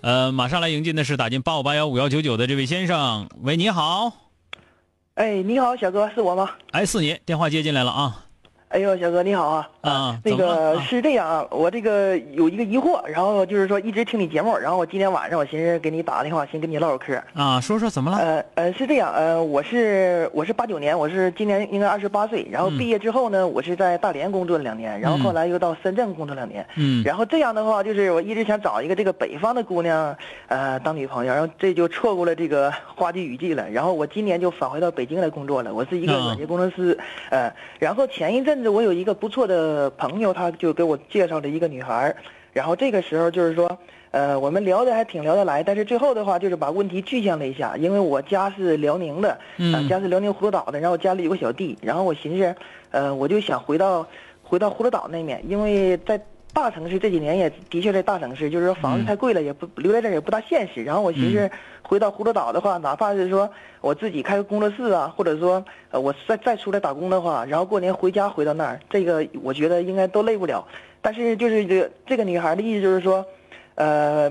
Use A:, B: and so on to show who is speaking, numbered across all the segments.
A: 呃，马上来迎进的是打进八五八幺五幺九九的这位先生。喂，你好，
B: 哎，你好，小哥，是我吗？
A: 哎，四爷，电话接进来了啊。
B: 哎呦，小哥你好啊！
A: 啊
B: 那
A: 怎么了
B: 个
A: 啊
B: 是这样啊，我这个有一个疑惑，然后就是说一直听你节目，然后我今天晚上我寻思给你打个电话，先跟你唠唠嗑。
A: 啊，说说怎么了？
B: 呃呃，是这样，呃，我是我是八九年，我是今年应该二十八岁，然后
A: 嗯
B: 毕业之后呢，我是在大连工作了两年，然后
A: 嗯
B: 后来又到深圳工作两年，
A: 嗯
B: 然后这样的话，就是我一直想找一个这个北方的姑娘，呃，当女朋友，然后这就错过了这个花季雨季了。然后我今年就返回到北京来工作了，我是一个
A: 啊
B: 软件工程师，呃，然后前一阵子我有一个不错的朋友，他就给我介绍了一个女孩儿，然后这个时候就是说。呃，我们聊的还挺聊得来，但是最后的话就是把问题具象了一下，因为我家是辽宁的，啊，
A: 嗯
B: 家是辽宁葫芦岛的，然后家里有个小弟，然后我寻思，呃，我就想回到回到葫芦岛那面，因为在大城市这几年也的确在大城市，就是说
A: 嗯
B: 房子太贵了，也不留在这儿也不大现实。然后我寻思，回到葫芦岛的话，哪怕是说我自己开个工作室啊，或者说呃我再再出来打工的话，然后过年回家回到那儿，这个我觉得应该都累不了。但是就是这个这个女孩的意思就是说，呃，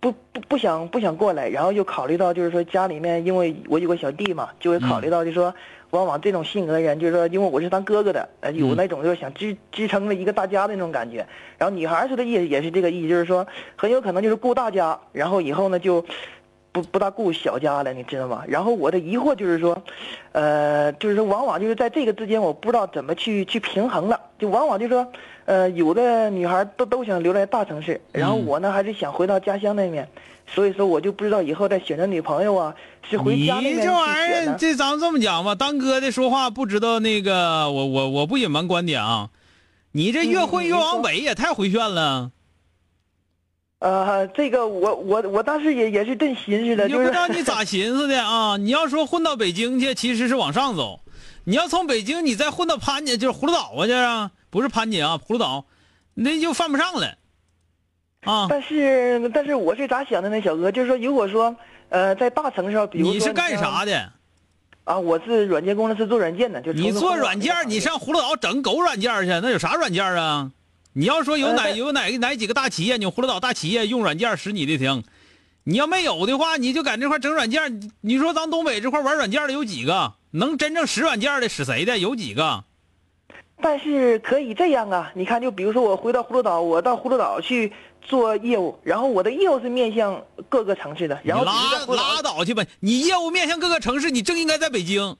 B: 不不不想不想过来，然后又考虑到就是说家里面，因为我有个小弟嘛，就会考虑到就是说，往往这种性格的人，就是说，因为我是当哥哥的，呃，有那种就是想支支撑着一个大家的那种感觉。然后女孩说的意思也是这个意思，就是说很有可能就是顾大家，然后以后呢就。不不大顾小家了，你知道吗？然后我的疑惑就是说，呃，就是说往往就是在这个之间，我不知道怎么去去平衡了。就往往就是说，呃，有的女孩都都想留在大城市，然后
A: 嗯
B: 我呢还是想回到家乡那边，所以说我就不知道以后再选择女朋友啊，是回
A: 你
B: 家那边去
A: 这玩
B: 选
A: 意儿，
B: 呢？
A: 这咱们这么讲吧，当哥的说话不知道那个，我我我不隐瞒观点啊，你这越混越往北也太回旋了，
B: 呃，这个我我我当时也也是真寻思的，
A: 也
B: 就
A: 不
B: 是
A: 知道你咋寻思的 啊！你要说混到北京去，其实是往上走，你要从北京你再混到潘家，就是葫芦岛啊去啊，不是潘家啊，葫芦岛，那就犯不上了，啊！
B: 但是但是我是咋想的呢，小哥？就是说，如果说呃在大城市啊，比如说
A: 你是干
B: 像
A: 啥的？
B: 啊？我是软件工程师，做软件的，就从
A: 你
B: 事
A: 做
B: 互联网
A: 软件儿，
B: 行业
A: 你上葫芦岛整狗软件儿去，那有啥软件儿啊？你要说有
B: 呃
A: 哪
B: 但
A: 有哪哪几个大企业，你葫芦岛大企业用软件儿使你的停，你要没有的话，你就在这块儿整软件儿。你你说咱东北这块儿玩软件儿的有几个？能真正使软件儿的使谁的有几个？
B: 但是可以这样啊，你看，就比如说我回到葫芦岛，我到葫芦岛去做业务，然后我的业务是面向各个城市的，
A: 你
B: 然后比如
A: 拉
B: 在葫芦岛
A: 拉倒去吧！你业务面向各个城市，你正应该在北京。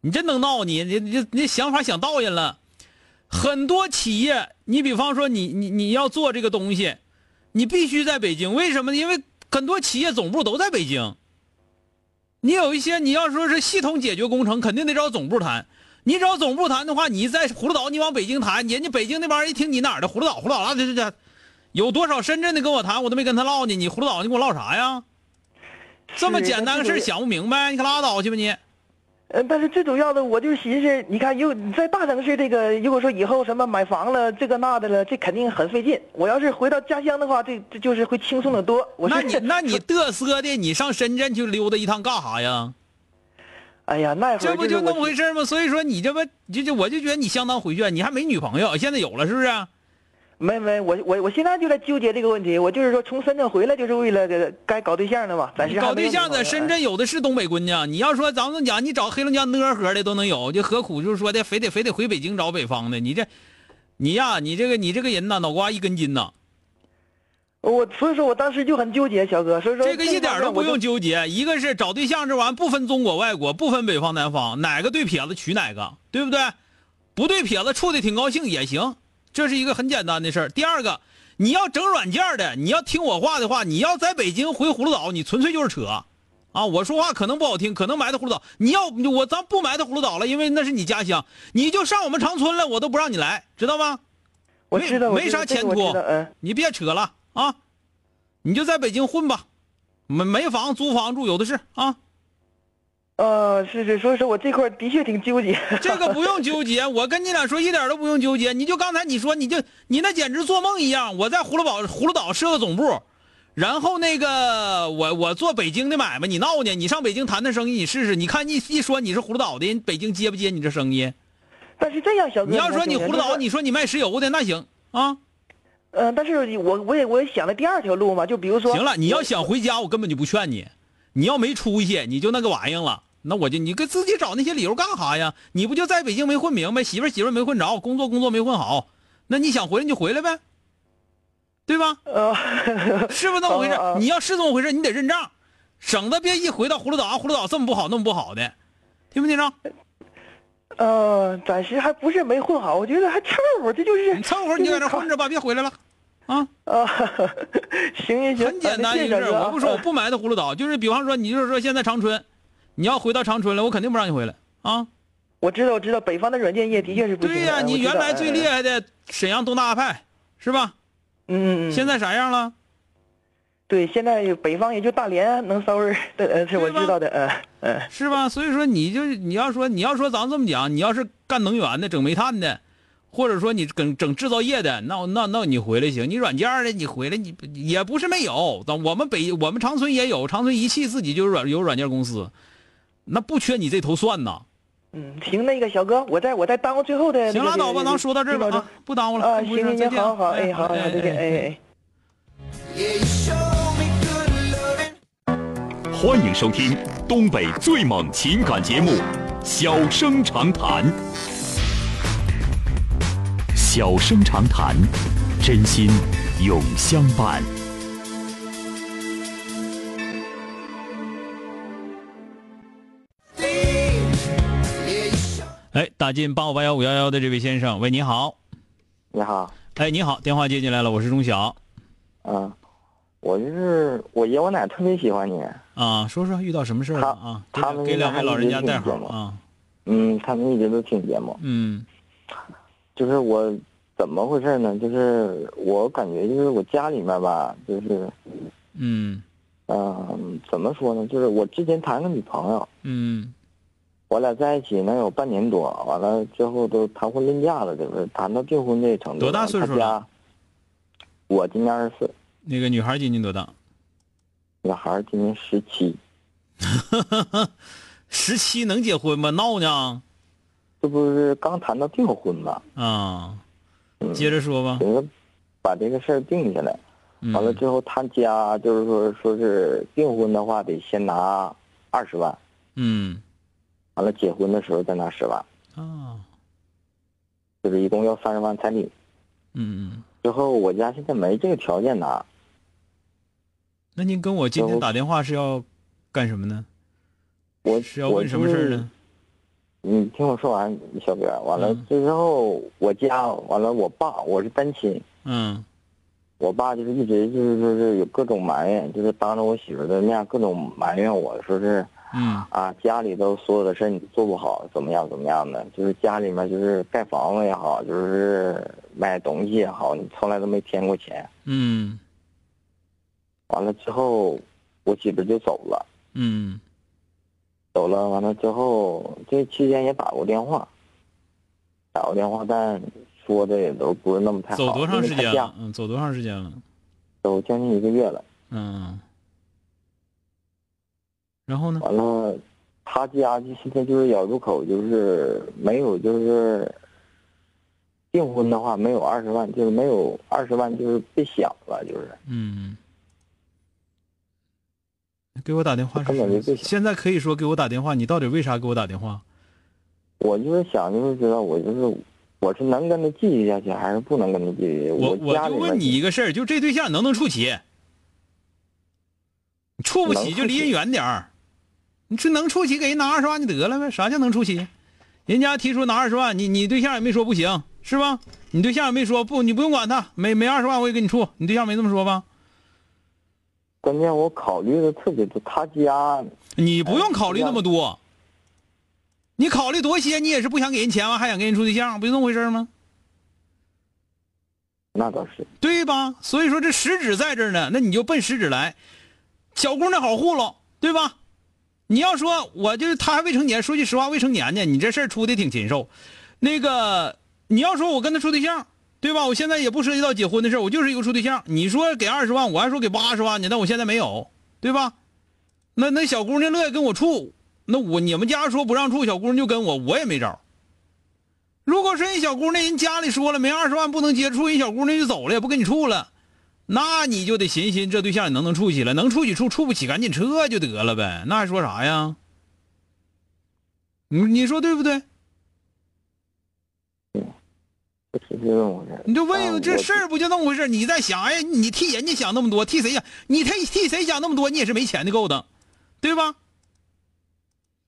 A: 你真能闹你，你你你想法想倒人了。很多企业，你比方说你你你要做这个东西，你必须在北京。为什么呢？因为很多企业总部都在北京。你有一些你要说是系统解决工程，肯定得找总部谈。你找总部谈的话，你在葫芦岛，你往北京谈，人家北京那帮人一听你哪儿的葫芦岛，葫芦岛啊，这这这，有多少深圳的跟我谈，我都没跟他唠呢。你葫芦岛，你跟我唠啥呀？这么简单个事儿
B: 是
A: 想不明白，你可拉倒去吧你。
B: 呃，但是最主要的，我就是寻思，你看，又你在大城市这个，如果说以后什么买房了，这个那的了，这肯定很费劲。我要是回到家乡的话，这这就是会轻松的多。 我
A: 那
B: 是
A: 你那 你嘚瑟的，你上深圳去溜达一趟干啥呀？
B: 哎呀，那会儿
A: 这不
B: 就
A: 就那么回事儿吗？所以说你这不就就我就觉得你相当回旋，你还没女朋友，现在有了是不是？
B: 没没，我我我现在就在纠结这个问题。我就是说，从深圳回来就是为了给该搞对象了嘛，暂时
A: 你
B: 还
A: 搞
B: 没有
A: 对象
B: 女朋
A: 在
B: 友哎
A: 深。圳有的是东北姑娘，你要说咱们讲，你找黑龙江讷河的都能有，就何苦就是说的非得非得回北京找北方的？你这，你呀，你这个你这个人呐，脑瓜一根筋呐，
C: 我所以说我当时就很纠结，小哥，所以说
A: 这个一点都不用
C: 纠。
A: 纠结。一个是找对象这玩意儿不分中国外国，不分北方南方，哪个对撇子娶哪个，对不对？不对撇子处的挺高兴也行，这是一个很简单的事儿。第二个，你要整软件的，你要听我话的话，你要在北京回葫芦岛，你纯粹就是扯。啊，我说话可能不好听，可能埋汰葫芦岛。你要我咱不埋汰葫芦岛了，因为那是你家乡，你就上我们长春了，我都不让你来，知道吗？
C: 我
A: 没
C: 知道，我
A: 没
C: 知道
A: 啥
C: 这个
A: 前
C: 我
A: 途
C: 知道嗯，
A: 你别扯了啊，你就在北京混吧，没没房租房住有的是啊，
C: 呃，是是，所以说我这块儿的确挺纠结。
A: 这个不用纠结。我跟你俩说一点都不用纠结，你就刚才你说你就你那简直做梦一样。我在葫芦岛葫芦岛设个总部，然后那个我我做北京的买卖，你闹呢？你上北京谈谈生意，你试试，你看一一说你是葫芦岛的，人北京接不接你这生意？
C: 但是这样，小哥，
A: 你要说你
C: 看
A: 葫芦
C: 就是
A: 岛，
C: 说
A: 你说你卖石油的那行啊，
C: 嗯、但是我我也我也想了第二条路嘛，就比如说
A: 行了，你要想回家，我根本就不劝你。你要没出息，你就那个玩意儿了。那我就你给自己找那些理由干啥呀？你不就在北京没混明白，媳妇儿媳妇儿没混着，工作工作没混好，那你想回来你就回来呗，对吧？
C: 呃，
A: 是不是那么回事
C: 啊啊？
A: 你要是这么回事，你得认账，省得别一回到葫芦岛，啊葫芦岛这么不好，那么不好的，听没听着？
C: 呃，暂时还不是没混好，我觉得还凑合，这就是
A: 你凑合你就在这混着吧，别回来了，啊。
C: 啊，行 行行，
A: 很简
C: 啊
A: 单
C: 那谢
A: 一个
C: 谢小
A: 事
C: 哥
A: 儿，
C: 啊
A: 我不说我不埋汰葫芦岛，就是比方说你就是说现在长春，你要回到长春了，我肯定不让你回来啊。
C: 我知道我知道，北方的软件业的确是不行的。
A: 对呀、
C: 哎
A: 你原来最厉，
C: 我知道
A: 害的沈阳东大派是吧？
C: 嗯嗯嗯，
A: 现在啥样了？
C: 对现在北方也就大连能稍微儿，对 呃，是我
A: 对吧
C: 知道的，嗯嗯，
A: 是吧？所以说你就是你要说你要说咱这么讲，你要是干能源的，整煤炭的，或者说你整整制造业的，那我那那你回来行。你软件的你回来你也不是没有，咱我们北我们长春也有，长春一汽自己就有软有软件公司，那不缺你这头蒜呐。
C: 嗯，行，那个小哥，我再我再耽误最后哎的那个。
A: 行，拉倒吧，咱说到这儿吧
C: 地方
A: 啊，不耽误了。
C: 啊，
A: 不
C: 行
A: 是
C: 行
A: 再
C: 行，
A: 见
C: 好好，哎，好好，再见，哎。哎。
D: 欢迎收听东北最猛情感节目《小生长谈》。小生长谈，真心永相伴。
A: 哎，打进八五八幺五幺幺的这位先生，喂，你好。
B: 你好，
A: 哎，你好，电话接进来了，我是钟晓
C: 哎
B: 嗯，我就是我爷我奶特别喜欢你，
A: 啊，说说遇到什么事儿了啊？给
B: 他们
A: 给两位老人家带好
B: 他们那边
A: 啊，
B: 嗯，他们一直都听节目，
A: 嗯
B: 就是我怎么回事呢？就是我感觉就是我家里面吧，就是
A: 嗯
B: 嗯、怎么说呢？就是我之前谈个女朋友，
A: 嗯
B: 我俩在一起能有半年多，完了之后都谈婚论嫁了，就是谈到订婚这程度。
A: 多大岁数了
B: 他家？我今年二十四，
A: 那个女孩今年多大？
B: 女孩儿今年十七，
A: 十七能结婚吗？闹呢
B: 这不是刚谈到订婚吗？
A: 啊！
B: 嗯
A: 接着说吧。
B: 寻思把这个事儿定下来。
A: 嗯
B: 完了之后，他家就是说，说是订婚的话得先拿二十万，
A: 嗯
B: 完了结婚的时候再拿十万，
A: 啊
B: 就是一共要三十万彩礼。
A: 嗯嗯，
B: 之后我家现在没这个条件拿，
A: 那您跟我今天打电话是要干什么呢？
B: 我
A: 是要问什么事儿？呢？
B: 我就是你嗯听我说完，小哥。完了
A: 嗯
B: 之后，我家完了，我爸我是单亲，
A: 嗯
B: 我爸就是一直就是说是有各种埋怨，就是当着我媳妇儿的面各种埋怨我，说是
A: 嗯
B: 啊，家里头所有的事儿你做不好，怎么样怎么样的，就是家里面就是盖房子也好，就是买东西也好，你从来都没添过钱。
A: 嗯
B: 完了之后，我媳妇儿就走了，
A: 嗯
B: 走了完了之后，这期间也打过电话，打过电话，但说的也都不是那么太好。
A: 走多长时
B: 因为
A: 间
B: 她家
A: 了？嗯，走多长时间了？
B: 走将近一个月了。
A: 嗯，然后呢？
B: 完了，他家就现在就是咬住口，就是没有，就是订婚的话没有二十万，就是没有二十万，就是别想了，就是
A: 嗯，给我打电话是
B: 根本就
A: 什
B: 不
A: 么？
B: 想
A: 现在可以说给我打电话，你到底为啥给我打电话？
B: 我就是想就是知道我就是我是能跟他继续下去，还是不能跟他继续？
A: 我
B: 我家
A: 就
B: 里
A: 问
B: 面
A: 你一个事儿，就这对象能不能处齐？你处不
B: 能
A: 起
B: 处
A: 就离人
B: 齐
A: 远点儿。你说能处齐，给人拿二十万就得了呗？啥叫能处齐？人家提出拿二十万，你你对象也没说不行，是吧？你对象也没说不，你不用管他，没没二十万我也跟你处。你对象没这么说吧？
B: 关键我考虑的特别多，他家
A: 你不用考虑那么多，你考虑多些，你也是不想给人钱完，还想跟人处对象，不就那么回事儿吗？
B: 那倒是，
A: 对吧？所以说这食指在这儿呢，那你就奔食指来。小姑娘好糊弄，对吧？你要说我就是她还未成年，说句实话，未成年呢，你这事儿出的挺禽兽。那个你要说我跟她处对象，对吧？我现在也不涉及到结婚的事儿我就是一个处对象。你说给二十万，我还说给八十万呢，但我现在没有，对吧？那那小姑娘乐意跟我处，那我你们家说不让处，小姑娘就跟我，我也没招儿。如果说人小姑娘人家里说了没二十万不能接触，人小姑娘就走了，也不跟你处了，那你就得寻寻这对象你能不能处起来，能处起处，处不起赶紧撤就得了呗，那还说啥呀？你你说对不对？
B: 就是这么回事儿。
A: 你就
B: 啊
A: 问这事儿不就那么回事儿？你在想哎，你替人家想那么多，替谁想？你替替谁想那么多？你也是没钱的勾当，对吧？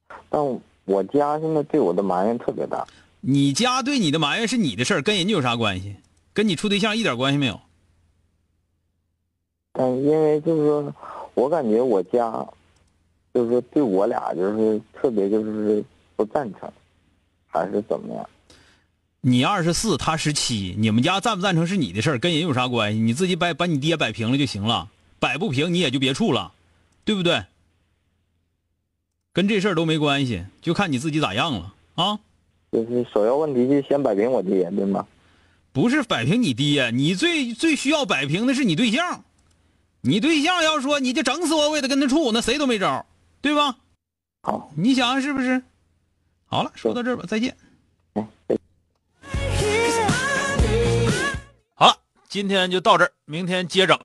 B: 我但我家现在对我的埋怨特别大，
A: 你家对你的埋怨是你的事儿，跟人家有啥关系？跟你处对象一点关系没有。
B: 但因为就是说，我感觉我家，就是说对我俩就是特别就是不赞成，还是怎么样？
A: 你二十四，他十七，你们家赞不赞成是你的事儿，跟人有啥关系？你自己摆把你爹摆平了就行了，摆不平你也就别处了，对不对？跟这事儿都没关系，就看你自己咋样了啊！
B: 就是首要问题就是先摆平我爹，对吗？
A: 不是摆平你爹，你最最需要摆平的是你对象。你对象要说你就整死我，我也得跟他处，那谁都没招儿，对吧？
B: 好，
A: 你想想是不是？好了，说到这儿吧，再见。好了，今天就到这儿，明天接整。